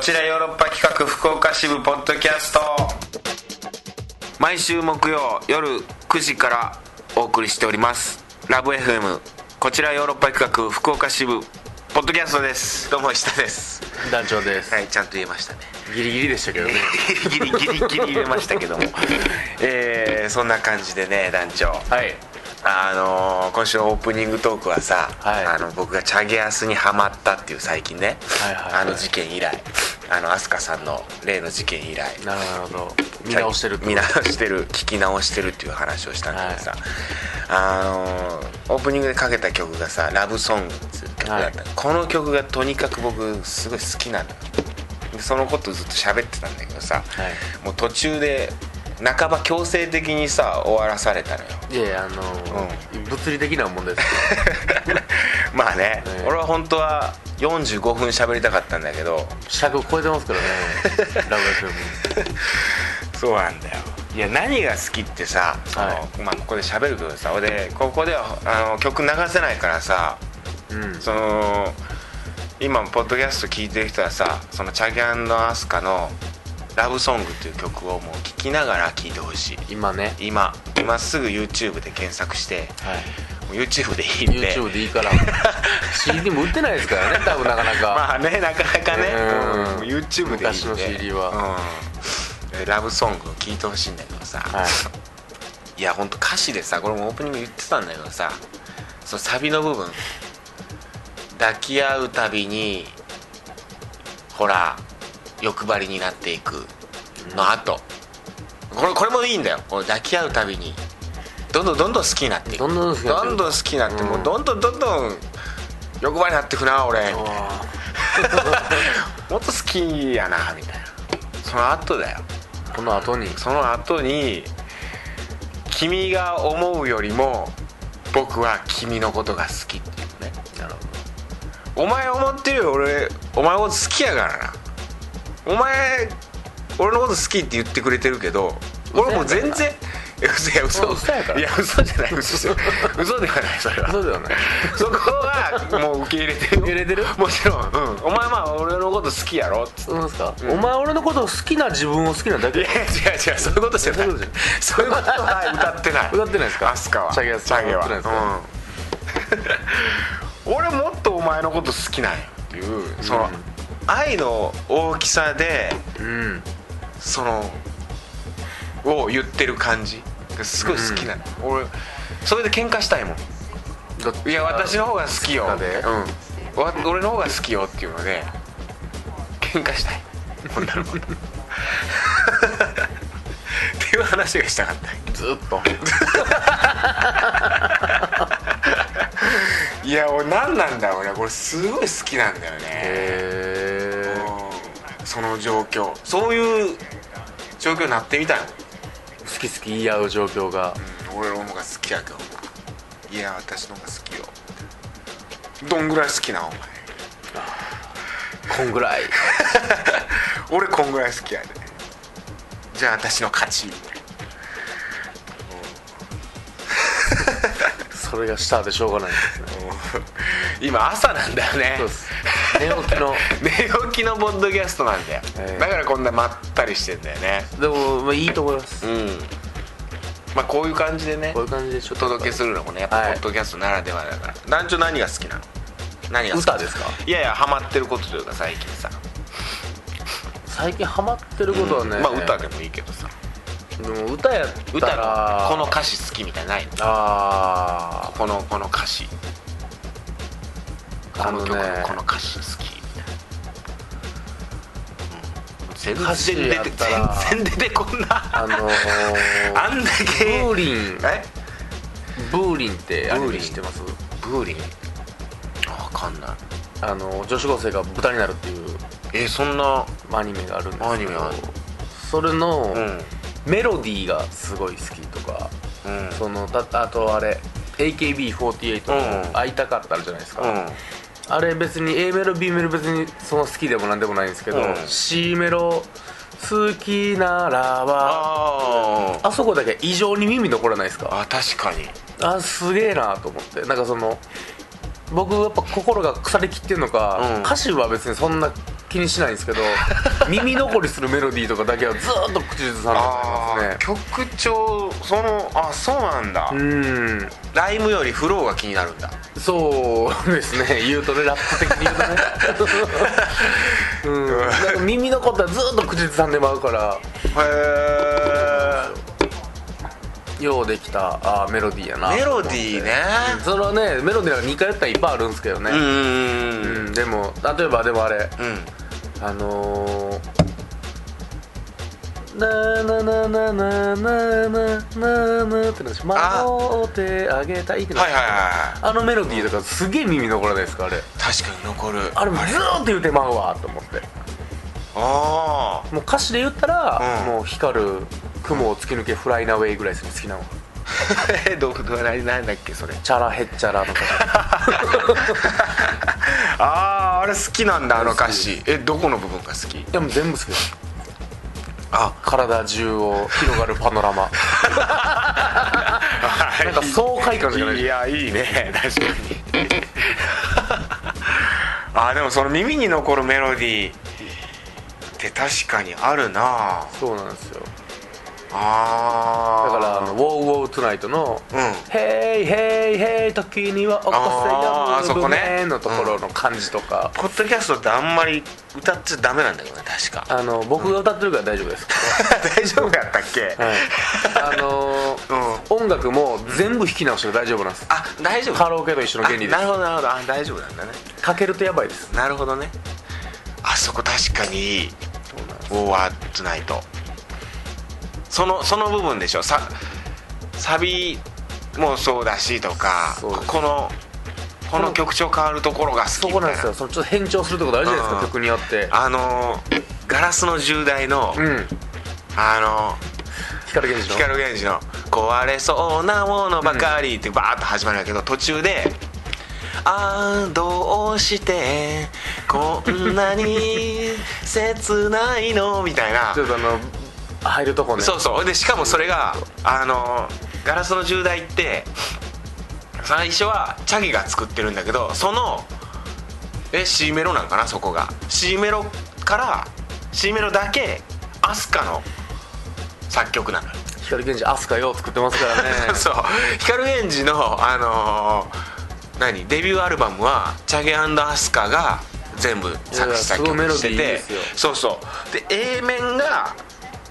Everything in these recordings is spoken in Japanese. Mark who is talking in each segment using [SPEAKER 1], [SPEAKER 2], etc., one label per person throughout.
[SPEAKER 1] ちらヨーロッパ企画福岡支部ポッドキャスト毎週木曜夜9時からお送りしておりますラブ FM こちらヨーロッパ企画福岡支部ポッドキャストですどうも石田です
[SPEAKER 2] 団長です、
[SPEAKER 1] はいちゃんと言えましたね
[SPEAKER 2] ギリギリでしたけどね
[SPEAKER 1] ギリギリギリギリ入れましたけど もえー、そんな感じでね団長
[SPEAKER 2] はい
[SPEAKER 1] あのー今週のオープニングトークはさ、
[SPEAKER 2] はい
[SPEAKER 1] あの僕がチャゲアスにハマったっていう最近ね、
[SPEAKER 2] はいはいはい
[SPEAKER 1] あの事件以来あの飛鳥さんの例の事件以来
[SPEAKER 2] なるほど見直してるって
[SPEAKER 1] 見直してる聞き直してるっていう話をしたんだけどさ、あのーオープニングでかけた曲がさ「ラブソング」っていう曲だった、
[SPEAKER 2] は
[SPEAKER 1] この曲がとにかく僕すごい好きなのでそのことずっと喋ってたんだけどさ、
[SPEAKER 2] い
[SPEAKER 1] もう途中で半ば強制的にさ終わらされたのよ
[SPEAKER 2] いやいやあのー物理的なもんです け
[SPEAKER 1] まあね、
[SPEAKER 2] ね
[SPEAKER 1] 俺は本当は45分喋りたかったんだけど
[SPEAKER 2] ど尺を超えてますからねラブ FM
[SPEAKER 1] そうなんだよいや何が好きってさ、その
[SPEAKER 2] は
[SPEAKER 1] まあ、ここで喋るけどさ俺ここではあの曲流せないからさ
[SPEAKER 2] うん
[SPEAKER 1] その今ポッドキャスト聞いてる人はさそのチャギアンのアスカの「ラブソング」っていう曲をもう聴きながら聴いてほしい
[SPEAKER 2] 今ね
[SPEAKER 1] 今今すぐ YouTube で検索して
[SPEAKER 2] はい
[SPEAKER 1] もう YouTube でいいんで
[SPEAKER 2] YouTube でいいから CD も売ってないですからね多分なかなか、
[SPEAKER 1] まあねなかなかね、
[SPEAKER 2] うん
[SPEAKER 1] うん YouTube でいいんで
[SPEAKER 2] 昔の CD は、
[SPEAKER 1] うんえラブソングを聴いてほしいんだけどさ、
[SPEAKER 2] はい
[SPEAKER 1] い、やほんと歌詞でさこれもオープニング言ってたんだけどさそのサビの部分抱き合うたびにほら欲張りになっていくの後、これこれもいいんだよこの抱き合うたびにどんどんどんどん好きになっていく
[SPEAKER 2] どんどん好きになって
[SPEAKER 1] どん
[SPEAKER 2] いく
[SPEAKER 1] どん好きになって、
[SPEAKER 2] うん
[SPEAKER 1] もうどんどんどんどん欲張りになってくな俺
[SPEAKER 2] おー
[SPEAKER 1] もっと好きやなみたいなその後だよ
[SPEAKER 2] この後に
[SPEAKER 1] その後に君が思うよりも僕は君のことが好きっていうね
[SPEAKER 2] なるほ
[SPEAKER 1] お前思ってるよ俺お前のこと好きやからなお前俺のこと好きって言ってくれてるけど俺もう全然いや嘘いや嘘
[SPEAKER 2] 嘘やから
[SPEAKER 1] いや嘘じゃない嘘じゃない嘘ではないそれは
[SPEAKER 2] どそうだよね
[SPEAKER 1] そこはもう受け入れてる
[SPEAKER 2] 受け入れてる
[SPEAKER 1] もちろん、うん、お前まあ俺のこと好きやろっつって
[SPEAKER 2] そうですか、お前俺のことを好きな自分を好きなだ
[SPEAKER 1] い
[SPEAKER 2] け
[SPEAKER 1] や違う違うそういうことじゃない
[SPEAKER 2] そういうことじゃない
[SPEAKER 1] そういうことは歌ってない
[SPEAKER 2] 歌ってないですか
[SPEAKER 1] アスカは
[SPEAKER 2] チャゲは
[SPEAKER 1] チャゲは
[SPEAKER 2] 歌ってないですか
[SPEAKER 1] うん 俺もっとお前のこと好きなんよっていうその、
[SPEAKER 2] うん
[SPEAKER 1] 愛の大きさで
[SPEAKER 2] うん
[SPEAKER 1] そのを言ってる感じがすごい好きなの、俺それで喧嘩したいもん
[SPEAKER 2] だって
[SPEAKER 1] いや私の方が好きよ
[SPEAKER 2] 好きだで
[SPEAKER 1] うんわ俺の方が好きよっていうので喧嘩したい女 の子とっていう話がしたかった
[SPEAKER 2] ずっと
[SPEAKER 1] いや俺何なんだ俺これすごい好きなんだよね
[SPEAKER 2] へえ
[SPEAKER 1] うんその状況そういう状況になってみたいもん
[SPEAKER 2] 好き好き言い合う状況が
[SPEAKER 1] うん俺の方が好きやけどいや私の方が好きよどんぐらい好きなんお前
[SPEAKER 2] こんぐらい
[SPEAKER 1] 俺こんぐらい好きやでじゃあ私の勝ちみたいな
[SPEAKER 2] それがしたでしょうがないですね
[SPEAKER 1] 今朝なんだよね
[SPEAKER 2] そうです寝起きの
[SPEAKER 1] 寝起きのポッドキャストなんだよ、
[SPEAKER 2] ええ
[SPEAKER 1] だからこんなまったりしてんだよね
[SPEAKER 2] でも、まあ、いいと思います
[SPEAKER 1] うんまあこういう感じでね
[SPEAKER 2] こういう感じでちょ
[SPEAKER 1] お
[SPEAKER 2] っと
[SPEAKER 1] 届けするのもねやっぱ
[SPEAKER 2] はい
[SPEAKER 1] ポッドキャストならではだから、男女何が好きなの何が好き
[SPEAKER 2] 歌ですか
[SPEAKER 1] いやいやハマってることというか最近さ
[SPEAKER 2] 最近ハマってることはね、
[SPEAKER 1] まあ歌でもいいけどさ
[SPEAKER 2] でも歌やった
[SPEAKER 1] 歌
[SPEAKER 2] ら
[SPEAKER 1] のこの歌詞好きみたいなのないの
[SPEAKER 2] あ
[SPEAKER 1] このこの歌詞
[SPEAKER 2] あ
[SPEAKER 1] この
[SPEAKER 2] の
[SPEAKER 1] 曲の
[SPEAKER 2] ね
[SPEAKER 1] この歌詞好きみたいな、うん、全
[SPEAKER 2] 歌詞
[SPEAKER 1] 然
[SPEAKER 2] や
[SPEAKER 1] 出て
[SPEAKER 2] ったら
[SPEAKER 1] 全然出てこんな
[SPEAKER 2] あのー
[SPEAKER 1] あんだけ
[SPEAKER 2] ブーリン
[SPEAKER 1] え
[SPEAKER 2] ブーリンってアニメ知ってます
[SPEAKER 1] ブーリンあわかんない
[SPEAKER 2] あの女子高生が豚になるっていう
[SPEAKER 1] えそんな
[SPEAKER 2] アニメがあるんですけど
[SPEAKER 1] アニメある
[SPEAKER 2] それの、
[SPEAKER 1] うん
[SPEAKER 2] メロディーがすごい好きとか
[SPEAKER 1] うん
[SPEAKER 2] そのたあとあれ AKB48
[SPEAKER 1] う
[SPEAKER 2] の
[SPEAKER 1] ん
[SPEAKER 2] 「会いたかった」あるじゃないですか、
[SPEAKER 1] うん
[SPEAKER 2] あれ別に A メロ B メロ別にその好きでもなんでもないんですけど、
[SPEAKER 1] うん
[SPEAKER 2] C メロ好きならば
[SPEAKER 1] あー
[SPEAKER 2] あそこだけ異常に耳残らないですか
[SPEAKER 1] あ確かに
[SPEAKER 2] あすげえなと思ってなんかその僕やっぱ心が腐りきってんのか、
[SPEAKER 1] うん
[SPEAKER 2] 歌詞は別にそんな気にしないん ですけど耳残りするメロディーとかだけはずーっと口ずさんで
[SPEAKER 1] あ
[SPEAKER 2] ま
[SPEAKER 1] あ、
[SPEAKER 2] すね
[SPEAKER 1] 曲調そのあそうなんだ、
[SPEAKER 2] うん
[SPEAKER 1] ライムよりフローが気になるんだ
[SPEAKER 2] そうですね 言うとねラップ的に言う とねうんなんか耳のことはずーっと口ずさんでまうから
[SPEAKER 1] へ
[SPEAKER 2] ようできたあーメロディーやな
[SPEAKER 1] メロディーね
[SPEAKER 2] それはねメロディーが2回やったらいっぱいあるんですけどね
[SPEAKER 1] う、
[SPEAKER 2] うんんでも例えばでもあれ
[SPEAKER 1] うん
[SPEAKER 2] あのー、なななななななななってなし守ってあげたいってな
[SPEAKER 1] はいはいはい
[SPEAKER 2] あのメロディーとかすげえ耳残らないですかあれ
[SPEAKER 1] 確かに残る
[SPEAKER 2] あれもずーっと言うてまうわと思って
[SPEAKER 1] あ
[SPEAKER 2] もう歌詞で言ったら、
[SPEAKER 1] うん
[SPEAKER 2] もう光る雲を突き抜けフライナウェイぐらいですね好きなの
[SPEAKER 1] あどうどうななんだっけそれ
[SPEAKER 2] チャラヘッチャラの歌詞
[SPEAKER 1] あああれ好きなんだあの歌
[SPEAKER 2] 好
[SPEAKER 1] 詞えどこの部分が好き
[SPEAKER 2] いやもう全部好きです
[SPEAKER 1] あ
[SPEAKER 2] 体中を広がるパノラマなんか爽快感しかない
[SPEAKER 1] いやいいね確かにあでもその耳に残るメロディーって確かにあるな
[SPEAKER 2] そうなんですよ
[SPEAKER 1] あ
[SPEAKER 2] だ
[SPEAKER 1] ー
[SPEAKER 2] からあの「ウォーウォートゥナイト」の
[SPEAKER 1] うん
[SPEAKER 2] 「ヘイヘイヘイ時には起
[SPEAKER 1] あーあ
[SPEAKER 2] こせ
[SPEAKER 1] そ
[SPEAKER 2] よ
[SPEAKER 1] こ
[SPEAKER 2] ブ
[SPEAKER 1] ね
[SPEAKER 2] メン」のところの感じとか、
[SPEAKER 1] ポッドキャストってあんまり歌っちゃダメなんだけどね確か
[SPEAKER 2] あの僕が歌ってるから大丈夫です、
[SPEAKER 1] 大丈夫やったっけ、
[SPEAKER 2] はい、あのー
[SPEAKER 1] うん
[SPEAKER 2] 音楽も全部弾き直して大丈夫なんです
[SPEAKER 1] あ大丈夫
[SPEAKER 2] カラオケと一緒の原理で
[SPEAKER 1] あなるほどなるほどあ大丈夫なんだね
[SPEAKER 2] すかけるとやばいです
[SPEAKER 1] なるほどねあそこ確かにいい「オーワートナイト」そのその部分でしょさサビもそうだしとか
[SPEAKER 2] そうです
[SPEAKER 1] このこの曲調変わるところが好
[SPEAKER 2] そ
[SPEAKER 1] きみ
[SPEAKER 2] こ
[SPEAKER 1] た
[SPEAKER 2] なん
[SPEAKER 1] い
[SPEAKER 2] ですよ
[SPEAKER 1] な
[SPEAKER 2] そのちょっと変調するってことあるじゃないです
[SPEAKER 1] う
[SPEAKER 2] か
[SPEAKER 1] ん
[SPEAKER 2] 曲によって
[SPEAKER 1] あのーガラスの重大の、
[SPEAKER 2] うん
[SPEAKER 1] あの
[SPEAKER 2] 光源氏の
[SPEAKER 1] 光源氏の「壊れそうなものばかり」ってバーッと始まるんだけど途中で「あーどうしてこんなに切ないの」みたい な
[SPEAKER 2] ちょっとあの入るとこね
[SPEAKER 1] そうそうでしかもそれがあのガラスの重大って最初はチャギが作ってるんだけどそのえ C メロなんかなそこが C メロから C メロだけアスカの作曲なのよ
[SPEAKER 2] 光源氏アスカよう作ってますからね
[SPEAKER 1] そう光源氏のあのー何デビューアルバムはチャゲアスカが全部作詞作
[SPEAKER 2] いやすごいメ
[SPEAKER 1] 曲
[SPEAKER 2] ロディー
[SPEAKER 1] して
[SPEAKER 2] いい
[SPEAKER 1] て
[SPEAKER 2] ですよ
[SPEAKER 1] そうそうで A 面が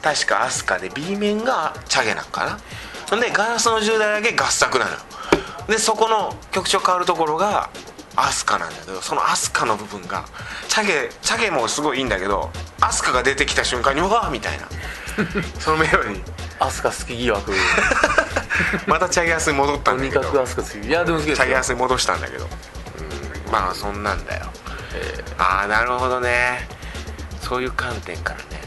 [SPEAKER 1] 確かアスカで B 面がチャゲなんかなほんでガラスの10代だけ合作なのよでそこの曲調変わるところがアスカなんだけどそのアスカの部分がチャゲチャゲもすごいいいんだけどアスカが出てきた瞬間にうわーみたい なそのメロディー
[SPEAKER 2] アスカ好き 疑惑
[SPEAKER 1] またチャゲアスに戻った
[SPEAKER 2] と
[SPEAKER 1] んだ
[SPEAKER 2] に
[SPEAKER 1] け
[SPEAKER 2] か
[SPEAKER 1] ど
[SPEAKER 2] くアスカ好きいやでも好きで
[SPEAKER 1] チ
[SPEAKER 2] す
[SPEAKER 1] ャゲ
[SPEAKER 2] よ
[SPEAKER 1] アスに戻したんだけどうんまあそんなんだよ、ああなるほどねそういう観点からね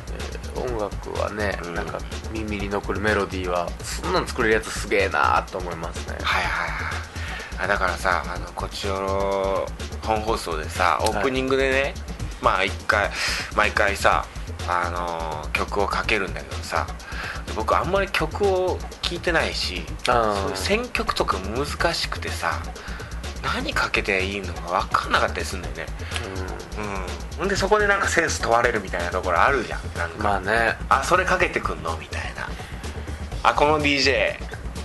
[SPEAKER 2] 音楽はね、
[SPEAKER 1] うん
[SPEAKER 2] なんか耳に残るメロディーはそんなん作れるやつすげえなーと思いますね
[SPEAKER 1] はいはいはいあだからさあのこちよろ本放送でさオープニングでね、まあ一回毎回さあのー曲をかけるんだけどさ僕あんまり曲を聴いてないし
[SPEAKER 2] あ
[SPEAKER 1] そういう選曲とか難しくてさ何かけていいのか分かんなかったりするんだよねうん、ほんでそこでなんかセンス問われるみたいなところあるじゃんなん
[SPEAKER 2] うん
[SPEAKER 1] か、
[SPEAKER 2] まあね
[SPEAKER 1] あそれかけてくんのみたいなあこの DJ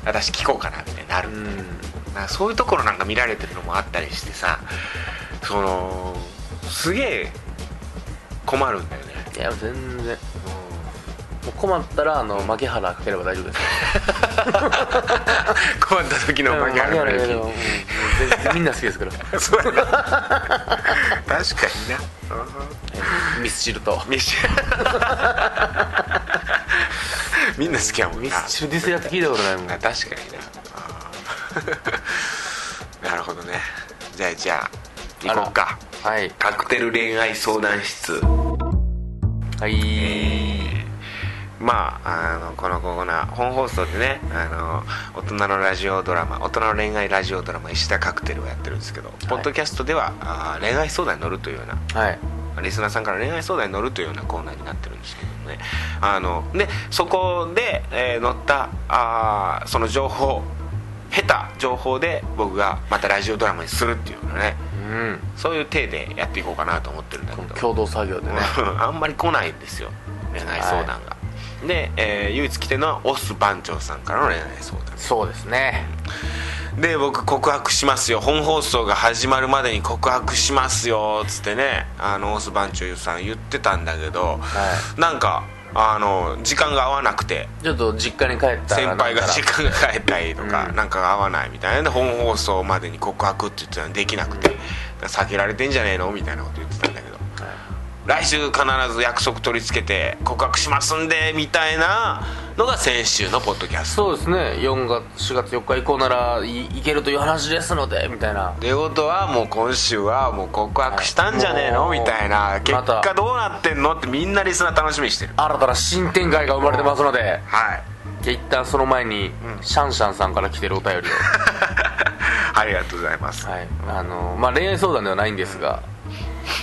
[SPEAKER 1] 私聞こうかなみたいになる、
[SPEAKER 2] うん
[SPEAKER 1] なんかそういうところなんか見られてるのもあったりしてさそのすげえ困るんだよね、
[SPEAKER 2] いや全然
[SPEAKER 1] うん、
[SPEAKER 2] もう困ったらあの牧原かければ大丈夫です
[SPEAKER 1] 困った時のマニュアル
[SPEAKER 2] うん
[SPEAKER 1] の
[SPEAKER 2] でも
[SPEAKER 1] 時
[SPEAKER 2] もう全然みんな好きですから
[SPEAKER 1] そうやな確かにな
[SPEAKER 2] ミスチルと
[SPEAKER 1] ミシ みんな好きやもんな
[SPEAKER 2] ミスチルディスやって聞いたことないもん
[SPEAKER 1] あ確かになあー なるほどねじゃあじゃあ行こうか
[SPEAKER 2] はい
[SPEAKER 1] カクテル恋愛相談室
[SPEAKER 2] はい、
[SPEAKER 1] まああのこのコーナー本放送でねあの大人のラジオドラマ大人の恋愛ラジオドラマ石田カクテルをやってるんですけど、ポッドキャストではあー恋愛相談に乗るというような
[SPEAKER 2] はい
[SPEAKER 1] リスナーさんから恋愛相談に乗るというようなコーナーになってるんですけどねあのでそこで、えー載ったあーその情報下手情報で僕がまたラジオドラマにするっていうのねう
[SPEAKER 2] うん
[SPEAKER 1] ん、そういう体でやっていこうかなと思ってるんだけど
[SPEAKER 2] 共同作業でね
[SPEAKER 1] あんまり来ないんですよ恋愛相談が、で、えー唯一来てるのはオス番長さんからの恋愛相談
[SPEAKER 2] そうですね
[SPEAKER 1] で僕告白しますよ本放送が始まるまでに告白しますよっつってねあのオス番長さん言ってたんだけど、
[SPEAKER 2] は
[SPEAKER 1] なんかあの時間が合わなくて
[SPEAKER 2] ちょっと実家に帰ったら
[SPEAKER 1] 先輩が
[SPEAKER 2] なん
[SPEAKER 1] 時
[SPEAKER 2] か
[SPEAKER 1] 間が変えたりとか、
[SPEAKER 2] うん
[SPEAKER 1] なんかが合わないみたいなで本放送までに告白って言ってたのにできなくて、避けられてんじゃねえのみたいなこと言ってたんだけど来週必ず約束取り付けて告白しますんでみたいなのが先週のポッドキャスト
[SPEAKER 2] そうですね4月4月4日以降ならいいけるという話ですのでみたいな
[SPEAKER 1] ってことはもう今週はもう告白したんじゃねえの
[SPEAKER 2] もう
[SPEAKER 1] みたいな結
[SPEAKER 2] また
[SPEAKER 1] 果どうなってんのってみんなリスナー楽しみにしてる
[SPEAKER 2] 新たな新展開が生まれてますので
[SPEAKER 1] はい
[SPEAKER 2] じゃあ一旦その前に、シャンシャンさんから来てるお便りを
[SPEAKER 1] ありがとうございます、
[SPEAKER 2] はいあのまあ恋愛相談ではないんですが、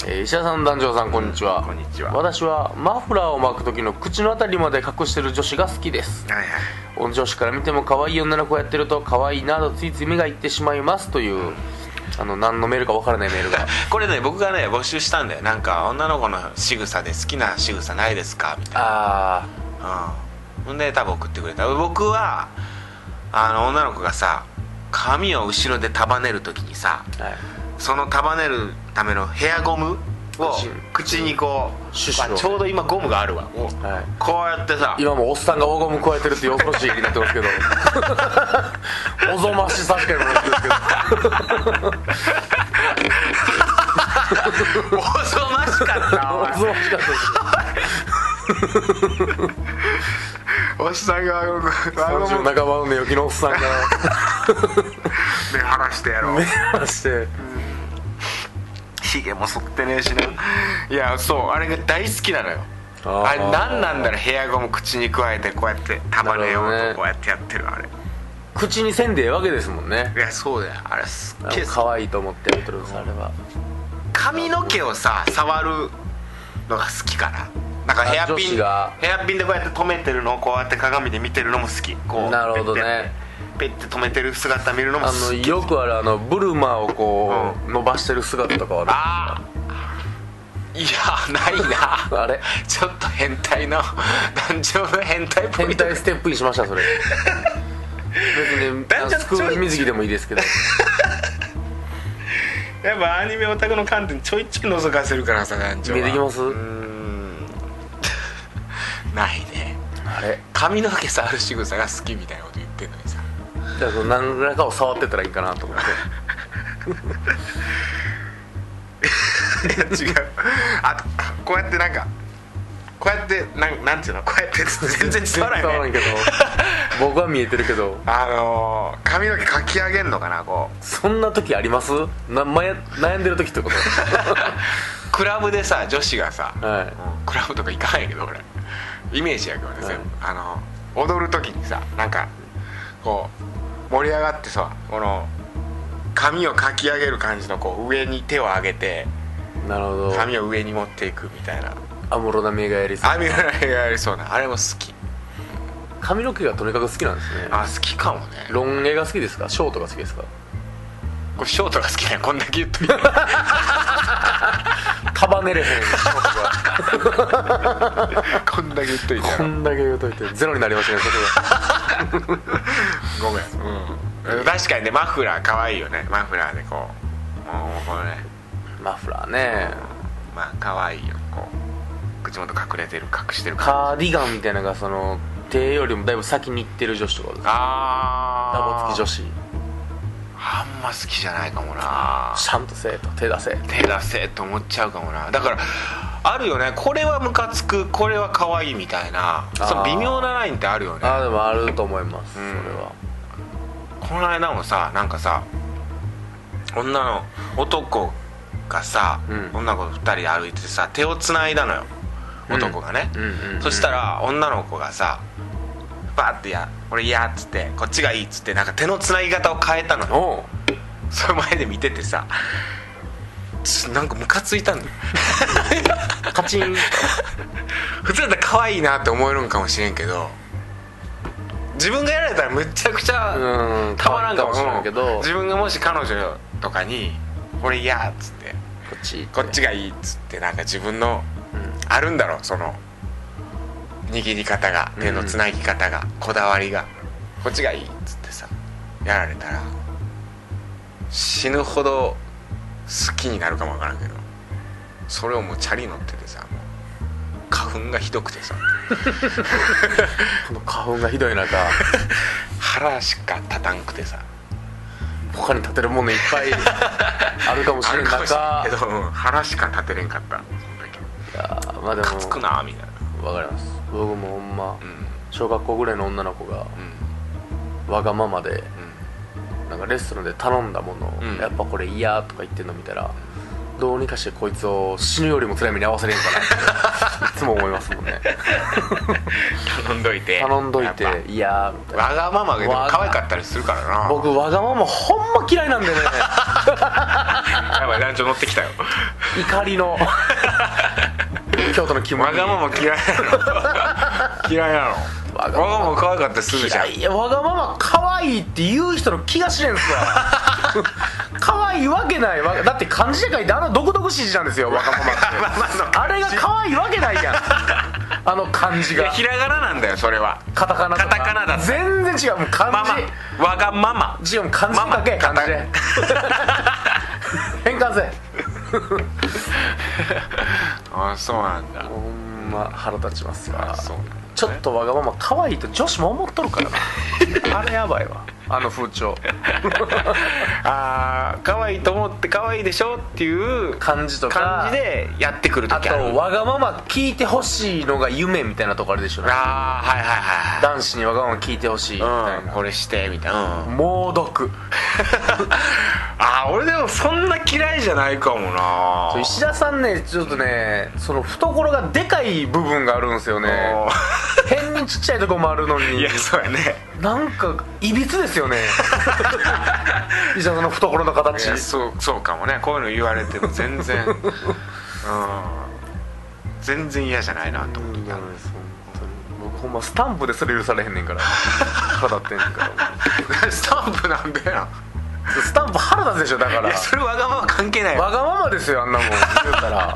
[SPEAKER 2] えー石田さん団長さんこんにちは
[SPEAKER 1] こんにちは
[SPEAKER 2] 私はマフラーを巻く時の口のあたりまで隠してる女子が好きです
[SPEAKER 1] はいはい
[SPEAKER 2] 女子から見ても可愛い女の子をやってると可愛いなとついつい目がいってしまいますというあの何のメールか分からないメールが
[SPEAKER 1] これね僕がね募集したんだよなんか女の子の仕草で好きな仕草ないですかみたい
[SPEAKER 2] あ
[SPEAKER 1] なうんほんで多分送ってくれた僕はあの女の子がさ髪を後ろで束ねる時にさ
[SPEAKER 2] あ、はい、
[SPEAKER 1] その束ねるためのヘアゴムを
[SPEAKER 2] 口
[SPEAKER 1] 口にこう
[SPEAKER 2] シュッシュ
[SPEAKER 1] あちょうど今ゴムがあるわこう
[SPEAKER 2] はい
[SPEAKER 1] こうやってさ
[SPEAKER 2] 今もおっさんが輪ゴム加えてるって恐ろしい絵になってますけ どおぞましさしかにもなってですけど
[SPEAKER 1] おぞましかったお
[SPEAKER 2] おぞましかったです
[SPEAKER 1] いおっさんが輪ゴム輪ゴ
[SPEAKER 2] 30
[SPEAKER 1] ム
[SPEAKER 2] 半ばの寝起きのおっさんが
[SPEAKER 1] 目離してやろう
[SPEAKER 2] 目離して
[SPEAKER 1] ヒゲも剃ってねえしないやそうあれが大好きなのよ
[SPEAKER 2] あー
[SPEAKER 1] あれ何なんだろうヘアゴム口に加えてこうやって束ねよう
[SPEAKER 2] なるほどね
[SPEAKER 1] とこうやってやってるあれい
[SPEAKER 2] 口にせんでええわけですもんね
[SPEAKER 1] やそうだよあれすっげえ
[SPEAKER 2] 可愛いと思ってやってるんですあれは
[SPEAKER 1] 髪の毛をさ触るのが好きかななんかヘア
[SPEAKER 2] あ女
[SPEAKER 1] ピン
[SPEAKER 2] 子が
[SPEAKER 1] ヘアピンでこうやって止めてるのをこうやって鏡で見てるのも好きこう
[SPEAKER 2] なるほどね
[SPEAKER 1] ペッてやってペッて止めてる姿見るのも
[SPEAKER 2] あ
[SPEAKER 1] 好き
[SPEAKER 2] のよくあるあのブルマをこう伸ばしてる姿とかは
[SPEAKER 1] あーいやないな
[SPEAKER 2] あれ
[SPEAKER 1] ちょっと変態の男女の変態っぽい
[SPEAKER 2] 変態ステップインしましたそれ別にあのスクール水着でもいいですけど
[SPEAKER 1] やっぱアニメオタクの観点ちょいちょい覗かせるからさ団長は
[SPEAKER 2] 見えてきます
[SPEAKER 1] うーんないね
[SPEAKER 2] あれ
[SPEAKER 1] 髪の毛触る仕草が好きみたいなこと言ってんのにさ
[SPEAKER 2] じゃあその何らかを触ってたらいいかなと思って
[SPEAKER 1] いや違うあこうやってなんかこうやってなんなんていうのこうやって 全然伝わらない、ね、
[SPEAKER 2] けど僕は見えてるけど
[SPEAKER 1] あのー、髪の毛かき上げんのかなこう
[SPEAKER 2] そんな時ありますな迷悩んでる時ってこと
[SPEAKER 1] クラブでさ女子がさ、
[SPEAKER 2] はい
[SPEAKER 1] うんクラブとか行かないけど俺イメージやけどね、
[SPEAKER 2] はい
[SPEAKER 1] 全部あの踊る時にさなんかこう盛り上がってさこの髪をかき上げる感じのこう上に手を上げて
[SPEAKER 2] なるほど
[SPEAKER 1] 髪を上に持っていくみたいな
[SPEAKER 2] 安室奈美恵がやりそう
[SPEAKER 1] アミュラがやりそうなあれも好き
[SPEAKER 2] 髪の毛がとにかく好きなんですね
[SPEAKER 1] あ好きかもね
[SPEAKER 2] ロン毛が好きですかショートが好きですか
[SPEAKER 1] これショートが好きなんやこんだけ言っといて
[SPEAKER 2] 束ねれへんショートが
[SPEAKER 1] こんだけ言っといて
[SPEAKER 2] こんだけ言うといてゼロになりましたねそこが
[SPEAKER 1] ごめん、うん、確かにねマフラー可愛いよねマフラーでこうもうこのね
[SPEAKER 2] マフラーね
[SPEAKER 1] まあ可愛いよこう口元隠れてる隠してる感じ
[SPEAKER 2] カーディガンみたいなのがその手よりもだいぶ先に行ってる女子とかです
[SPEAKER 1] あ
[SPEAKER 2] ダボつき女子
[SPEAKER 1] あんま好きじゃないかもな
[SPEAKER 2] シャンとせえと手出せ
[SPEAKER 1] 手出せと思っちゃうかもなだからあるよねこれはムカつくこれは可愛いみたいな
[SPEAKER 2] ー
[SPEAKER 1] その微妙なラインってあるよね
[SPEAKER 2] ああでもあると思います、
[SPEAKER 1] うん
[SPEAKER 2] それは
[SPEAKER 1] この間もさなんかさ女の男がさ、
[SPEAKER 2] うん
[SPEAKER 1] 女の子2人で歩いててさ手をつないだのよ男がね、
[SPEAKER 2] うんうんうん
[SPEAKER 1] そしたら女の子がさバーってや「俺嫌」っつってこっちがいいっつってなんか手のつなぎ方を変えたのよ
[SPEAKER 2] おう
[SPEAKER 1] その前で見ててさつなんかムカついたんだよ
[SPEAKER 2] カチ ン
[SPEAKER 1] 普通だったら可愛いなって思えるんかもしれんけど自分がやられたらむちゃくちゃ
[SPEAKER 2] うん
[SPEAKER 1] たまらんかも
[SPEAKER 2] しれないけど
[SPEAKER 1] 自分がもし彼女とかに俺嫌っつって
[SPEAKER 2] こっち
[SPEAKER 1] こっちがいいっつってなんか自分の
[SPEAKER 2] うん
[SPEAKER 1] あるんだろうその握り方が手のつなぎ方が、こだわりがこっちがいいっつってさやられたら死ぬほど好きになるかもわからんけどそれをもうチャリ乗っててさもう花粉がひどくてさ
[SPEAKER 2] この花粉がひどい中
[SPEAKER 1] 腹しか立たんくてさ
[SPEAKER 2] 他に立てるものいっ ぱいあるかもし
[SPEAKER 1] あ
[SPEAKER 2] れ
[SPEAKER 1] る
[SPEAKER 2] ん
[SPEAKER 1] か
[SPEAKER 2] 中
[SPEAKER 1] も
[SPEAKER 2] い
[SPEAKER 1] しれんけどうん腹しか立てれんかったその時
[SPEAKER 2] やーまあでも
[SPEAKER 1] かつくなみたいな
[SPEAKER 2] わかります僕もほんま
[SPEAKER 1] うん
[SPEAKER 2] 小学校ぐらいの女の子が
[SPEAKER 1] う
[SPEAKER 2] わがままで
[SPEAKER 1] ん
[SPEAKER 2] なんかレストランで頼んだものを、
[SPEAKER 1] うん
[SPEAKER 2] やっぱこれ嫌とか言ってんの見たらどうにかしてこいつを死ぬよりも辛い目に合わせれんかなっていつも思いますもん ね
[SPEAKER 1] うん頼んどいて
[SPEAKER 2] 頼んどい
[SPEAKER 1] やって
[SPEAKER 2] 嫌みたい
[SPEAKER 1] ぱわがままでも
[SPEAKER 2] わが
[SPEAKER 1] 可愛かったりするからな
[SPEAKER 2] な僕わがままほんま嫌いなん でね
[SPEAKER 1] やばい団長乗ってきたよ
[SPEAKER 2] 怒 りの京都の気持ち
[SPEAKER 1] わがまま嫌いな の嫌いなのわが
[SPEAKER 2] わがまま
[SPEAKER 1] まま可愛かったりするじゃん
[SPEAKER 2] いやわがまま可愛いって言う人の気がしねえんすわ 可愛いわけないわだって漢字で書いてあの毒々しい字なんですよわがままって
[SPEAKER 1] わ がままの漢字
[SPEAKER 2] あれが可愛いわけない やんあの漢字
[SPEAKER 1] いや
[SPEAKER 2] が
[SPEAKER 1] ひらがななんだよそれは
[SPEAKER 2] カタカナとか
[SPEAKER 1] カタカナだ
[SPEAKER 2] 全然違うもう漢
[SPEAKER 1] マ
[SPEAKER 2] 字、
[SPEAKER 1] マわがまま
[SPEAKER 2] 字をもう漢字に書け
[SPEAKER 1] ママ
[SPEAKER 2] 漢字 で変換せ
[SPEAKER 1] あそうなんだ
[SPEAKER 2] ほんま腹立ちますわ
[SPEAKER 1] あそうなんだね
[SPEAKER 2] ちょっとわがまま可愛いと女子も思っと るからなあれやばいわあの風潮
[SPEAKER 1] あー可愛いと思って可愛いでしょっていう
[SPEAKER 2] 漢字とか
[SPEAKER 1] 感じでやってくる
[SPEAKER 2] あ
[SPEAKER 1] 時
[SPEAKER 2] と
[SPEAKER 1] ある
[SPEAKER 2] わがまま聞いてほしいのが夢みたいなとこあるでしょうね
[SPEAKER 1] あーはいはいはいはい
[SPEAKER 2] 男子にわがまま聞いてほしいみたい
[SPEAKER 1] うん、
[SPEAKER 2] な
[SPEAKER 1] これしてみたいな、うん、
[SPEAKER 2] 猛毒
[SPEAKER 1] あー俺でもそんな嫌いじゃないかもな
[SPEAKER 2] そう石田さんねちょっとねその懐がでかい部分があるんですよね
[SPEAKER 1] おー
[SPEAKER 2] 変にちっちゃいとこもあるの に
[SPEAKER 1] いやそうやね
[SPEAKER 2] なんかいびつですよ ね石田さんの懐の
[SPEAKER 1] い
[SPEAKER 2] 形
[SPEAKER 1] やそうそうかもねこういうの言われても全然 うん全然嫌じゃないなと思 って
[SPEAKER 2] なんです本当に僕ほんまスタンプでそれ許されへん ねんから腹立ってんねんから
[SPEAKER 1] スタンプなんだよ
[SPEAKER 2] スタンプ腹立つでしょだか
[SPEAKER 1] い
[SPEAKER 2] ら
[SPEAKER 1] やそれわがまま関係ないわ
[SPEAKER 2] わがままですよあんなもん言うたら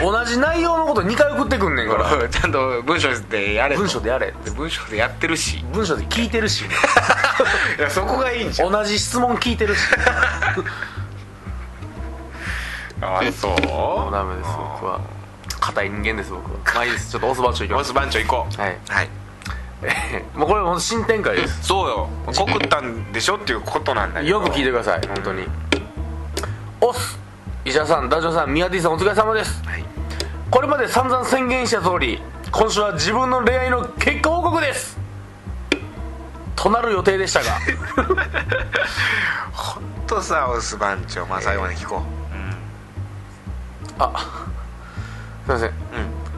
[SPEAKER 2] 同じ内容のこと2回送ってくんねんから
[SPEAKER 1] ちゃんと文章でやれと
[SPEAKER 2] 文章でやれ
[SPEAKER 1] で文章でやってるし
[SPEAKER 2] 文章で聞いてるし
[SPEAKER 1] いやそこがいいんじゃん
[SPEAKER 2] 同じ質問聞いてるし
[SPEAKER 1] あそう
[SPEAKER 2] もうダメです僕は硬い人間です僕はまあいいですちょっとオスバッチョいき
[SPEAKER 1] モ
[SPEAKER 2] ま
[SPEAKER 1] ス
[SPEAKER 2] す
[SPEAKER 1] 番長行こう
[SPEAKER 2] はい
[SPEAKER 1] はい
[SPEAKER 2] もうこれもう新展開です
[SPEAKER 1] そうよ告ったんでしょっていうことなんだけど
[SPEAKER 2] よく聞いてください本当にオス石田さんダジョウさん宮 D さんお疲れ様です
[SPEAKER 1] はい
[SPEAKER 2] これまで散々宣言した通り今週は自分の恋愛の結果報告ですとなる予定でし たが
[SPEAKER 1] とさオス番長まあ最後まで聞こ
[SPEAKER 2] あすいません
[SPEAKER 1] ううん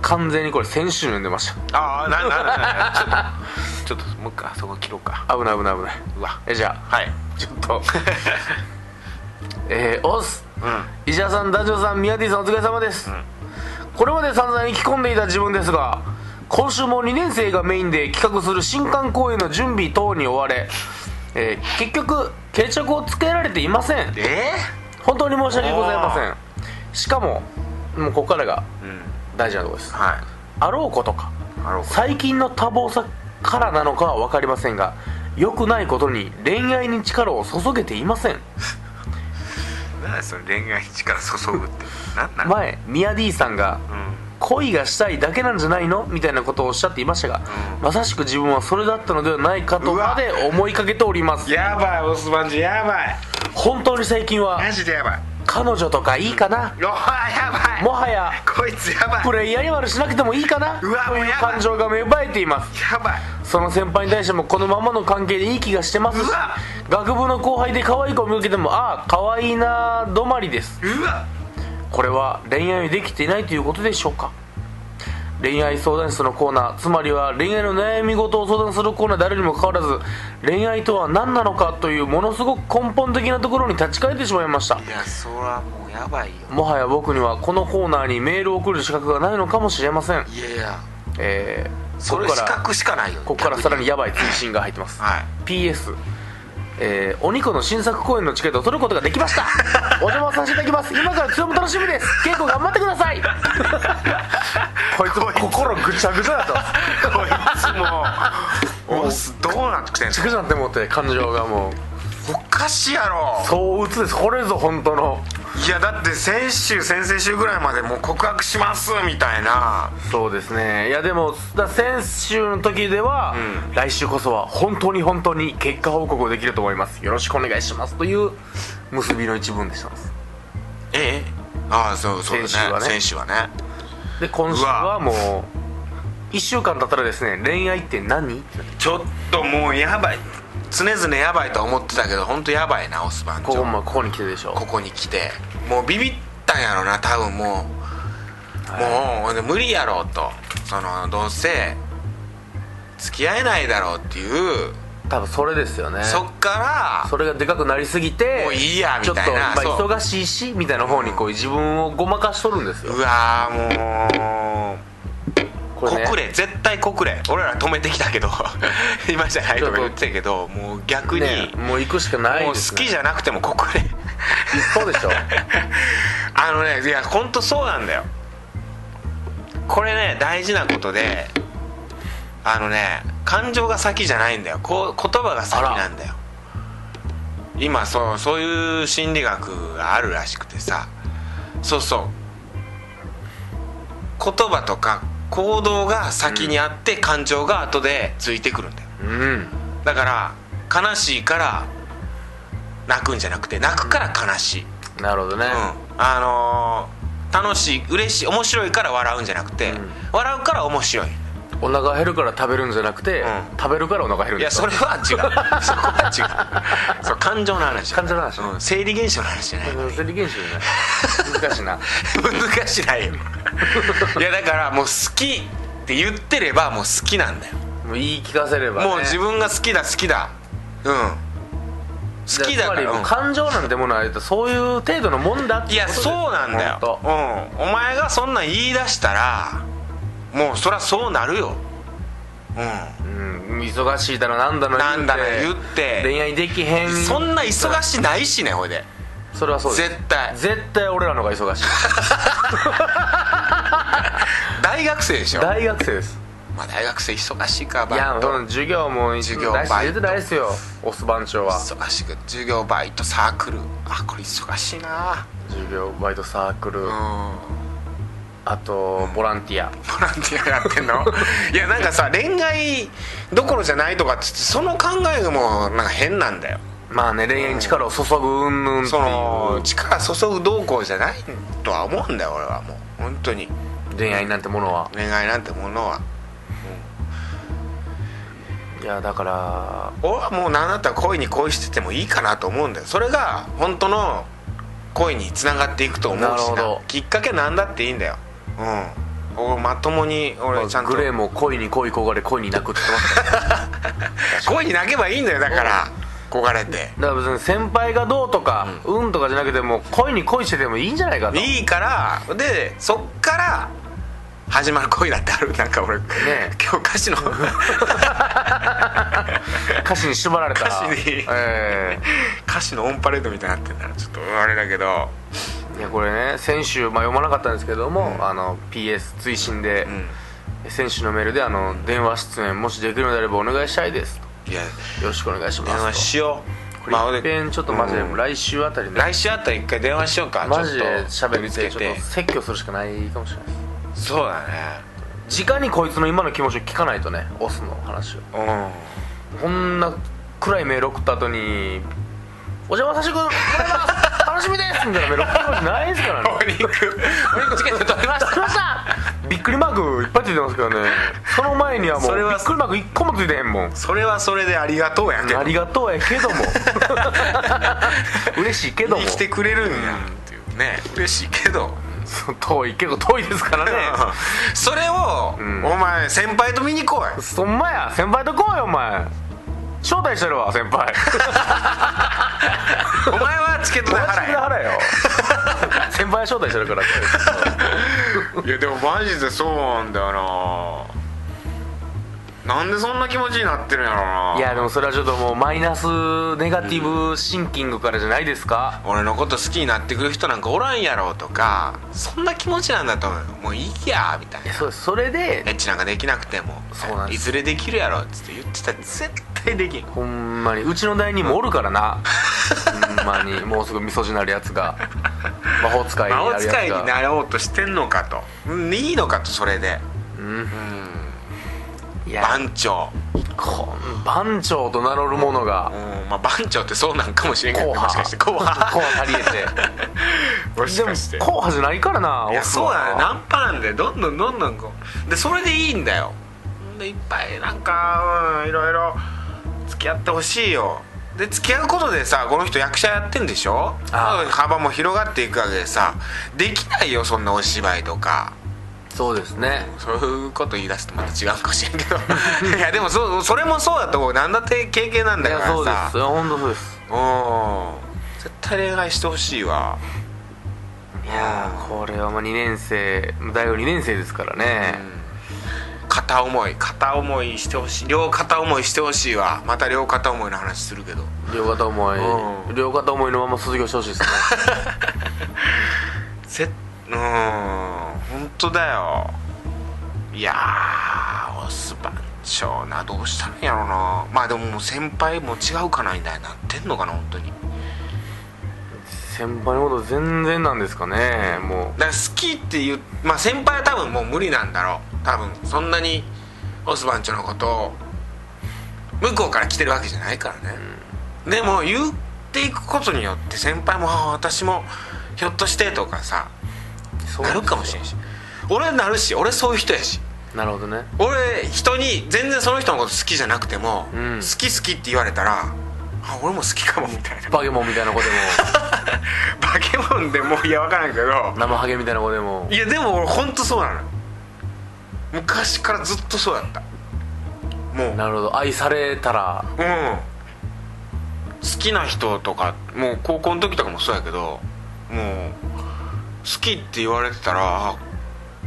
[SPEAKER 2] 完全にこれ先週の読んでまし
[SPEAKER 1] ああななな なちょっとちょっともう一回あそこ切ろうか
[SPEAKER 2] た危ない危ない危ないう
[SPEAKER 1] わ
[SPEAKER 2] えじゃあ
[SPEAKER 1] はい
[SPEAKER 2] ちょっとえー、オス、石田さんダジョさん宮ディさんお疲れ様です、これまで散々意気込んでいた自分ですが今週も2年生がメインで企画する新刊公演の準備等に追われ、えー結局決着をつけられていません
[SPEAKER 1] え
[SPEAKER 2] 本当に申し訳ございませんしかももうここからが
[SPEAKER 1] うん
[SPEAKER 2] 大事なとこです
[SPEAKER 1] はい
[SPEAKER 2] あろうことか
[SPEAKER 1] あろうこと
[SPEAKER 2] 最近の多忙さからなのかは分かりませんが良くないことに恋愛に力を注げていません
[SPEAKER 1] 何でその恋愛に力注ぐって何なの、
[SPEAKER 2] 前ミヤ D さんが
[SPEAKER 1] うん
[SPEAKER 2] 恋がしたいだけなんじゃないのみたいなことをおっしゃっていましたが、
[SPEAKER 1] うん
[SPEAKER 2] まさしく自分はそれだったのではないかとまで思いかけておりま す
[SPEAKER 1] やばいオスバンジやばい
[SPEAKER 2] 本当に最近は
[SPEAKER 1] マジでやばい
[SPEAKER 2] 彼女とかいいかな
[SPEAKER 1] うわやばい
[SPEAKER 2] もはや
[SPEAKER 1] こいつやばい
[SPEAKER 2] プレイヤーにルしなくてもいいかなと
[SPEAKER 1] うわもう
[SPEAKER 2] いう
[SPEAKER 1] やばい
[SPEAKER 2] 感情が芽生えています
[SPEAKER 1] やばい
[SPEAKER 2] その先輩に対してもこのままの関係でいい気がしてます
[SPEAKER 1] うわ
[SPEAKER 2] 学部の後輩で可愛い子を見受けてもああ可愛いな止まりです
[SPEAKER 1] うわ
[SPEAKER 2] これは恋愛をできていないということでしょうか恋愛相談室のコーナーつまりは恋愛の悩み事を相談するコーナーであるにもかかわらず恋愛とは何なのかというものすごく根本的なところに立ち返ってしまいました
[SPEAKER 1] いやそらもうやばいよ
[SPEAKER 2] もはや僕にはこのコーナーにメールを送る資格がないのかもしれません
[SPEAKER 1] いやいや
[SPEAKER 2] えー、
[SPEAKER 1] それ
[SPEAKER 2] ここ
[SPEAKER 1] 資
[SPEAKER 2] から
[SPEAKER 1] 格しかないよ
[SPEAKER 2] ここからさら
[SPEAKER 1] に
[SPEAKER 2] にヤバい追伸が入ってます
[SPEAKER 1] はい
[SPEAKER 2] PS、えーお肉の新作公演のチケットを取ることができました お邪魔させていただきます今から強も楽しみです稽古頑張ってくださいこいつ 心ぐちゃぐちゃだと
[SPEAKER 1] こいつもうすどうなってん
[SPEAKER 2] ぐちゃぐちゃになってもって感情がもう
[SPEAKER 1] のおかしいやろ
[SPEAKER 2] そう鬱ですこれぞ本当の
[SPEAKER 1] いやだって先週先々週ぐらいまでもう告白しますみたいな
[SPEAKER 2] そうですねいやでもだ先週の時では、来週こそは本当に本当に結果報告をできると思いますよろしくお願いしますという結びの一文でしたんです
[SPEAKER 1] ええああそうそうだね
[SPEAKER 2] 先週はね
[SPEAKER 1] 先週はね
[SPEAKER 2] で今週はもう1週間経ったらですね恋愛って何ってなって
[SPEAKER 1] ちょっともうやばい常々やばいと思ってたけど本当やばいなオス番
[SPEAKER 2] ここ
[SPEAKER 1] 長
[SPEAKER 2] まここに来てでしょ
[SPEAKER 1] ここに来てもうビビったんやろな多分もう、もうほんで無理やろうとそのどうせ付き合えないだろうっていう、
[SPEAKER 2] 多分それですよね
[SPEAKER 1] そっから
[SPEAKER 2] それがでかくなりすぎて
[SPEAKER 1] もういいやみたいな
[SPEAKER 2] ちょっと
[SPEAKER 1] そう
[SPEAKER 2] まあ忙しいしみたいな方にこう自分をごまかしとるんですよ
[SPEAKER 1] うわーもう
[SPEAKER 2] これね
[SPEAKER 1] 国連絶対国連俺ら止めてきたけど 今じゃないとか言ってたけどもう逆に、
[SPEAKER 2] ねもう行くしかない
[SPEAKER 1] もう
[SPEAKER 2] です、
[SPEAKER 1] 好
[SPEAKER 2] ね、
[SPEAKER 1] きじゃなくても国連
[SPEAKER 2] そうで しょ
[SPEAKER 1] あのねいや本当そうなんだよこれね大事なことであのね感情が先じゃないんだよこう言葉が先なんだよ今そうそういう心理学があるらしくてさそうそう言葉とか行動が先にあって感情が後でついてくるんだよ
[SPEAKER 2] うん
[SPEAKER 1] だから悲しいから泣くんじゃなくて泣くから悲しい
[SPEAKER 2] なるほどね、
[SPEAKER 1] うん、あのー楽しい嬉しい面白いから笑うんじゃなくて、
[SPEAKER 2] ん
[SPEAKER 1] 笑うから面白い
[SPEAKER 2] お腹減るから食べるんじゃなくて、
[SPEAKER 1] うん
[SPEAKER 2] 食べるからお腹減るん
[SPEAKER 1] いや
[SPEAKER 2] です
[SPEAKER 1] それは 違うそこは違うそう感情の話
[SPEAKER 2] 感情の話
[SPEAKER 1] うん、生理現象の話じゃない
[SPEAKER 2] 生理現象じゃない難しいな
[SPEAKER 1] 難しないよいやだからもう好きって言ってればもう好きなんだよ、
[SPEAKER 2] もう言い聞かせれば、ね、
[SPEAKER 1] もう自分が好きだ好きだうん好きだか
[SPEAKER 2] やっ
[SPEAKER 1] ら
[SPEAKER 2] ぱり
[SPEAKER 1] うん
[SPEAKER 2] 感情なんてものはそういう程度のもんだって
[SPEAKER 1] いや
[SPEAKER 2] ことです
[SPEAKER 1] そうなんだよ、
[SPEAKER 2] ほん
[SPEAKER 1] う
[SPEAKER 2] と
[SPEAKER 1] ん、お前がそんなん言い出したらもうそりゃそうなるようん
[SPEAKER 2] うん、忙しいだろなんだの
[SPEAKER 1] なんだの
[SPEAKER 2] 言
[SPEAKER 1] 言
[SPEAKER 2] う
[SPEAKER 1] ってて
[SPEAKER 2] 恋愛できへん
[SPEAKER 1] そんな忙しないしねほいで
[SPEAKER 2] それはそうです
[SPEAKER 1] 絶対
[SPEAKER 2] 絶対俺らの方 が忙しい
[SPEAKER 1] 大学生でしょ、
[SPEAKER 2] 大学生です
[SPEAKER 1] まあ、大学生忙しいか
[SPEAKER 2] い
[SPEAKER 1] バ
[SPEAKER 2] や
[SPEAKER 1] イ
[SPEAKER 2] そ
[SPEAKER 1] ト
[SPEAKER 2] の授業も一
[SPEAKER 1] 授業
[SPEAKER 2] 大して
[SPEAKER 1] バイ
[SPEAKER 2] 出
[SPEAKER 1] ト
[SPEAKER 2] てないですよオス番長は
[SPEAKER 1] 忙しく授業バイトサークルあこれ忙しいな
[SPEAKER 2] 授業バイトサークル、
[SPEAKER 1] うん
[SPEAKER 2] あとボランティア
[SPEAKER 1] ボランティアやってん のいやなんかさ恋愛どころじゃないとかっつってその考えがもうなんか変なんだよ
[SPEAKER 2] まあね恋愛に力を注ぐうんぬんって
[SPEAKER 1] その
[SPEAKER 2] い
[SPEAKER 1] 力注ぐ動向じゃないとは思うんだよ俺はもう本当に
[SPEAKER 2] う恋愛なんてものは
[SPEAKER 1] 恋愛なんてものはい
[SPEAKER 2] やだから
[SPEAKER 1] 俺はもう何だったら恋に恋しててもいいかなと思うんだよそれが本当の恋につながっていくと思うしな
[SPEAKER 2] なるほど
[SPEAKER 1] きっかけなんだっていいんだようん俺まともに俺ちゃんと
[SPEAKER 2] グレーも恋に恋焦がれ恋に泣くって言ってますから
[SPEAKER 1] 恋に泣けばいいんだよだから焦がれて
[SPEAKER 2] だから別に先輩がどうとか、うん、とかじゃなくてもう恋に恋しててもいいんじゃないかと
[SPEAKER 1] いいからでそっから始まる恋だってあるなんか俺、
[SPEAKER 2] え
[SPEAKER 1] 今日歌詞の
[SPEAKER 2] 歌詞に縛られた
[SPEAKER 1] 歌詞に
[SPEAKER 2] え
[SPEAKER 1] 歌詞のオンパレードみたいになってんだらちょっとあれだけど
[SPEAKER 2] えいやこれね先週、まあ、読まなかったんですけども、あの PS 追伸で、選手のメールであの「電話出演もしできるのであればお願いしたいです」
[SPEAKER 1] いや
[SPEAKER 2] よろしくお願いします
[SPEAKER 1] 電話しよ
[SPEAKER 2] と
[SPEAKER 1] う
[SPEAKER 2] これ
[SPEAKER 1] 俺
[SPEAKER 2] 一遍ちょっとマジで、
[SPEAKER 1] うん
[SPEAKER 2] 来週あたりね
[SPEAKER 1] 来週あったら一回電話しようか
[SPEAKER 2] マジ
[SPEAKER 1] ちょ
[SPEAKER 2] で
[SPEAKER 1] っと
[SPEAKER 2] 喋
[SPEAKER 1] 見
[SPEAKER 2] っ
[SPEAKER 1] つ
[SPEAKER 2] て
[SPEAKER 1] け
[SPEAKER 2] ちょっと説教するしかないかもしれないです
[SPEAKER 1] そうだね
[SPEAKER 2] 直にこいつの今の気持ちを聞かないとねオスの話を
[SPEAKER 1] う
[SPEAKER 2] こんな暗いメール送った後に「お邪魔させてくださいます楽しみです」みたいなメール送ってくるしないですから ね
[SPEAKER 1] んお肉お肉チケット取りました
[SPEAKER 2] 来ましたびっくりマークいっぱいついてますけどねその前にはも う
[SPEAKER 1] それは
[SPEAKER 2] びっくりマーク1個もついてへんもん
[SPEAKER 1] それはそれでありがとうやけど
[SPEAKER 2] ありがとうやけども 嬉しいけども
[SPEAKER 1] 生きてくれるんやっていうね嬉しいけど
[SPEAKER 2] そう遠い結構遠いですからね
[SPEAKER 1] それを、
[SPEAKER 2] ん
[SPEAKER 1] お前先輩と見に来い
[SPEAKER 2] そんまや先輩とこうよお前招待してるわ先 輩
[SPEAKER 1] お前はチケットで
[SPEAKER 2] 私
[SPEAKER 1] 払
[SPEAKER 2] ぐらい払えよ 先輩招待してるから
[SPEAKER 1] えいやでもマジでそうなんだよななんでそんな気持ちになってるんやろうない
[SPEAKER 2] やでもそれはちょっともうマイナスネガティブシンキングからじゃないですか、
[SPEAKER 1] 俺のこと好きになってくる人なんかおらんやろとかそんな気持ちなんだと思うよもういいやみたい
[SPEAKER 2] い
[SPEAKER 1] な
[SPEAKER 2] やそうですそれで
[SPEAKER 1] エッチなんかできなくても
[SPEAKER 2] そうなんで
[SPEAKER 1] い
[SPEAKER 2] す
[SPEAKER 1] ずれできるやろっつって言ってたら絶対できん
[SPEAKER 2] ほんまにうちの代にもおるから なほんまにもうすぐ味噌汁なるやつが魔法使いに
[SPEAKER 1] 魔
[SPEAKER 2] な
[SPEAKER 1] 法
[SPEAKER 2] るやつ
[SPEAKER 1] 使い
[SPEAKER 2] が
[SPEAKER 1] になろうとしてんのかとうんいいのかとそれで
[SPEAKER 2] いや
[SPEAKER 1] 番長
[SPEAKER 2] こん番長と名乗る者
[SPEAKER 1] う
[SPEAKER 2] が
[SPEAKER 1] んまあ番長ってそうなんかもしれんけ
[SPEAKER 2] 硬
[SPEAKER 1] ど
[SPEAKER 2] 派
[SPEAKER 1] もしかして後派
[SPEAKER 2] 硬派足りえ て
[SPEAKER 1] もしかして
[SPEAKER 2] でも硬派じゃないからない
[SPEAKER 1] や
[SPEAKER 2] オスは
[SPEAKER 1] そうだねナンパなんでどんどんどんどんこうでそれでいいんだよでいっぱいなんか、うん、いろいろ付き合ってほしいよで付き合うことでさこの人役者やってんでしょ
[SPEAKER 2] ああ
[SPEAKER 1] 幅も広がっていくわけでさできないよそんなお芝居とか
[SPEAKER 2] そうですね
[SPEAKER 1] そういうこと言い出すとまた違うかもしれん けどいやでもそうそれもそうだと思う何だって経験なん
[SPEAKER 2] い
[SPEAKER 1] だか
[SPEAKER 2] や
[SPEAKER 1] ら
[SPEAKER 2] そうで
[SPEAKER 1] さ
[SPEAKER 2] すいや本当そうです
[SPEAKER 1] うん絶対恋愛してほしいわ
[SPEAKER 2] いやーこれはまあ2年生大学2年生ですからね、
[SPEAKER 1] 片思い片思いしてほしい両片思いしてほしいわまた両片思いの話するけど
[SPEAKER 2] 両片思い、
[SPEAKER 1] うん
[SPEAKER 2] 両片思いのまま卒業してほしい ですね
[SPEAKER 1] せうん本当だよいやーオス番長などうしたらいいんやろうなまあでももう先輩も違うかなみたいになってんのかな本当に
[SPEAKER 2] 先輩のこと全然なんですかねも
[SPEAKER 1] だから好きっていうまあ先輩は多分もう無理なんだろう多分そんなにオス番長のことを向こうから来てるわけじゃないからね、でも言っていくことによって先輩もああ私もひょっとしてとかさ
[SPEAKER 2] うそう
[SPEAKER 1] なるかもしれんし俺なるし俺そういう人やし
[SPEAKER 2] なるほどね
[SPEAKER 1] 俺人に全然その人のこと好きじゃなくても、
[SPEAKER 2] うん
[SPEAKER 1] 好き好きって言われたらあ俺も好きかもみたいな
[SPEAKER 2] バケモンみたいな子でも
[SPEAKER 1] バケモンでもういやわからんけど
[SPEAKER 2] 生ハゲみたいな子でも
[SPEAKER 1] いやでも俺ほんとそうなのよ昔からずっとそうだったもううん
[SPEAKER 2] なるほど愛されたら
[SPEAKER 1] 好きな人とかもう高校の時とかもそうやけどもう好きって言われてたらあ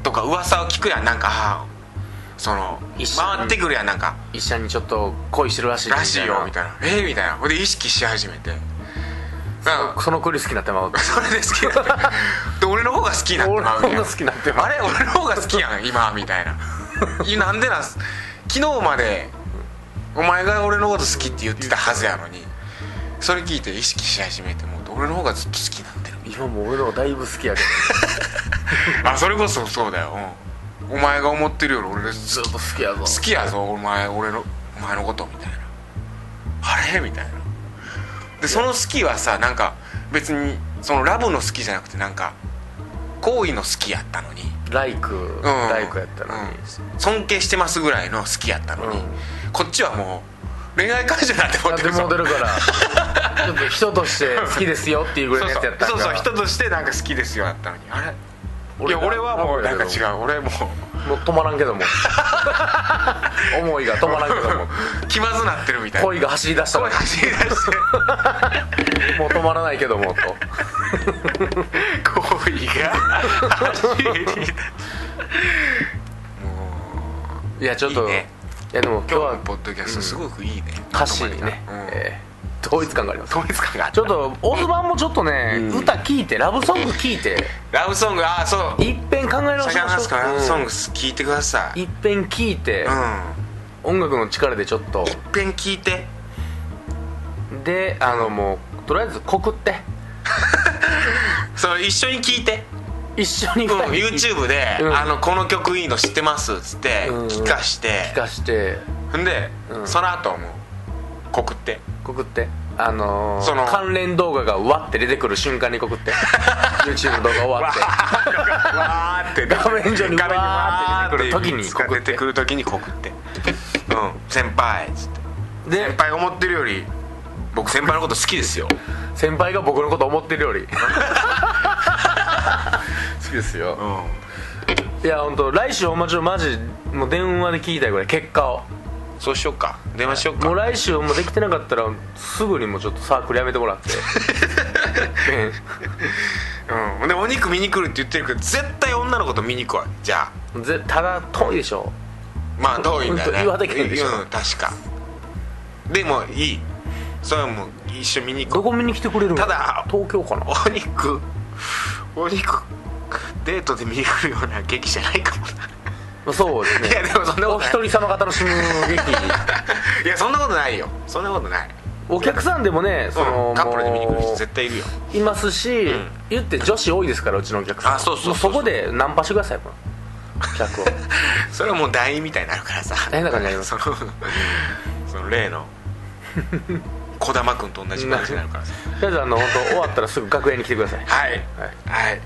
[SPEAKER 1] とか噂を聞くやんなんかあその
[SPEAKER 2] 一緒に
[SPEAKER 1] 回ってくるやんなんか
[SPEAKER 2] 一緒にちょっと恋してるらしい
[SPEAKER 1] らしいよみ
[SPEAKER 2] い
[SPEAKER 1] たいなえーみたいなほんで意識し始めてなん
[SPEAKER 2] な
[SPEAKER 1] か
[SPEAKER 2] その子より好きになってまう
[SPEAKER 1] それで好きになってで俺の方が好きになってまうみたい
[SPEAKER 2] 俺の方が好きになってまう
[SPEAKER 1] あれ俺の方が好きやん今みたいないなんでなんす昨日までお前が俺のこと好きって言ってたはずやのにそれ聞いて意識し始めてもう俺の方がずっと好きになってる
[SPEAKER 2] 今もう俺の方がだいぶ好きやけど
[SPEAKER 1] あそれこそそうだよ、うんお前が思ってるより俺ず
[SPEAKER 2] ずっ
[SPEAKER 1] っ
[SPEAKER 2] と
[SPEAKER 1] と
[SPEAKER 2] 好きやぞ
[SPEAKER 1] 好きやぞお前俺のお前のことみたいなあれみたいなでその好きはさなんか別にそのラブの好きじゃなくてなんか好意の好きやったのに、
[SPEAKER 2] ライク
[SPEAKER 1] うん、
[SPEAKER 2] ライクやったのに、
[SPEAKER 1] うん尊敬してますぐらいの好きやったのに、
[SPEAKER 2] うん
[SPEAKER 1] こっちはもう恋愛彼女なんて思
[SPEAKER 2] や
[SPEAKER 1] っ
[SPEAKER 2] ってて
[SPEAKER 1] る
[SPEAKER 2] も
[SPEAKER 1] ぞ
[SPEAKER 2] うてるからちょっと人として好きですよっていうぐらい
[SPEAKER 1] そう
[SPEAKER 2] のやつやったん
[SPEAKER 1] そうそうそう
[SPEAKER 2] が
[SPEAKER 1] 人としてなんか好きですよやったのにあれいや俺はもうなんか違う俺もう
[SPEAKER 2] もう止まらんけども思いが止まらんけども
[SPEAKER 1] 気まずなってるみたいな
[SPEAKER 2] 恋が走り出したら
[SPEAKER 1] 声走り出して
[SPEAKER 2] もう止まらないけども
[SPEAKER 1] 行
[SPEAKER 2] と
[SPEAKER 1] 為が走り出した
[SPEAKER 2] いやちょっと
[SPEAKER 1] いいね
[SPEAKER 2] やでも今日
[SPEAKER 1] 今日
[SPEAKER 2] は
[SPEAKER 1] のポッドキャストすごくいいね、
[SPEAKER 2] 歌詞に
[SPEAKER 1] まとま
[SPEAKER 2] ね、
[SPEAKER 1] りがうん
[SPEAKER 2] えー統一感があります
[SPEAKER 1] 統一感があった
[SPEAKER 2] ちょっとオス版もちょっとね、
[SPEAKER 1] うん
[SPEAKER 2] 歌聞いてラブソング聞いて
[SPEAKER 1] ラブソングああそう
[SPEAKER 2] いっぺん考え直し
[SPEAKER 1] 坂
[SPEAKER 2] ま
[SPEAKER 1] 原
[SPEAKER 2] し
[SPEAKER 1] さんラブ
[SPEAKER 2] ょ
[SPEAKER 1] ソ
[SPEAKER 2] う
[SPEAKER 1] ン
[SPEAKER 2] う
[SPEAKER 1] グ聞いてくださ
[SPEAKER 2] ん
[SPEAKER 1] い
[SPEAKER 2] いっぺん聞いて
[SPEAKER 1] うんい、
[SPEAKER 2] 音楽の力でちょっと
[SPEAKER 1] っぺん聞いて
[SPEAKER 2] であのもうとりあえず告って
[SPEAKER 1] それ一緒に聞いて、
[SPEAKER 2] 一緒に
[SPEAKER 1] うん、
[SPEAKER 2] 二人
[SPEAKER 1] YouTube で、
[SPEAKER 2] うん
[SPEAKER 1] あの「この曲いいの知ってます」っつって
[SPEAKER 2] うん
[SPEAKER 1] 聞かして
[SPEAKER 2] 聞、かして
[SPEAKER 1] んで、
[SPEAKER 2] うん
[SPEAKER 1] その後もう告 って
[SPEAKER 2] 告ってあのー、
[SPEAKER 1] その
[SPEAKER 2] 関連動画がわって出てくる瞬間に告って YouTube 動画終わって
[SPEAKER 1] わーって
[SPEAKER 2] 画面上に
[SPEAKER 1] 画面に
[SPEAKER 2] わ
[SPEAKER 1] わ
[SPEAKER 2] ー
[SPEAKER 1] ーって
[SPEAKER 2] っ
[SPEAKER 1] て
[SPEAKER 2] 出てくる時に告って
[SPEAKER 1] 出てくる時に告って「うん先輩」っつって
[SPEAKER 2] で
[SPEAKER 1] 先輩思ってるより僕先輩のこと好きですよ
[SPEAKER 2] 先輩が僕のこと思ってるより好きですよ
[SPEAKER 1] うん
[SPEAKER 2] いや本当来週おまちょマジもう電話で聞いたいぐらい結果を
[SPEAKER 1] そうしようか電話しようか
[SPEAKER 2] もう来週もうできてなかったらすぐにもうちょっとサークルやめても らってね
[SPEAKER 1] うんでお肉見に来るって言ってるけど絶対女の子と見に来いじゃあ
[SPEAKER 2] ぜただ遠いでしょ
[SPEAKER 1] まあ遠いんだ
[SPEAKER 2] うん
[SPEAKER 1] ね
[SPEAKER 2] 岩手県でしょ
[SPEAKER 1] うん確かでもいいそれはもう一緒見に行
[SPEAKER 2] ど
[SPEAKER 1] こ
[SPEAKER 2] こ見に来てくれるの
[SPEAKER 1] ただ
[SPEAKER 2] 東京かな
[SPEAKER 1] うお肉お肉デートで見に来るような劇じゃないかもな
[SPEAKER 2] そうですね
[SPEAKER 1] いやでもそんなこと
[SPEAKER 2] お
[SPEAKER 1] ない
[SPEAKER 2] 一人様が楽しむ 劇
[SPEAKER 1] いやそんなことないよそんなことない、
[SPEAKER 2] お客さんでもねその、
[SPEAKER 1] うん、カップルで見に来る人
[SPEAKER 2] も
[SPEAKER 1] 絶対いるよ
[SPEAKER 2] ういますし、
[SPEAKER 1] ん
[SPEAKER 2] 言って女子多いですからうちのお客さん
[SPEAKER 1] あそうそうそうそう
[SPEAKER 2] もこでナンパしてくださいもう 客を
[SPEAKER 1] それはもう団員みたいになるからさ
[SPEAKER 2] 大変な感じになりま す
[SPEAKER 1] そのその例 の児玉君と同じ感じになるからさ
[SPEAKER 2] とりあえずあの本当終わったらすぐ楽屋に来てくだ さい
[SPEAKER 1] はい
[SPEAKER 2] は
[SPEAKER 1] はい、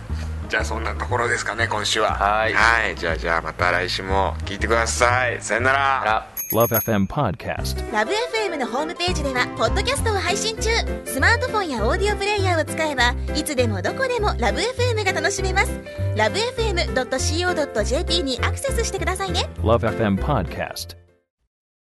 [SPEAKER 1] じゃあそんなところですかね今週は
[SPEAKER 2] はい
[SPEAKER 1] じゃあじゃあまた来週も聞いてくださいさよなら
[SPEAKER 2] あ
[SPEAKER 3] Love FM Podcast.
[SPEAKER 4] ラブ f m のホームページではポッドキャストを配信中スマートフォンやオーディオプレイヤーを使えばいつでもどこでもラブ f m が楽しめますラブ FM.co.jp にアクセスしてくださいね
[SPEAKER 3] Love FM Podcast.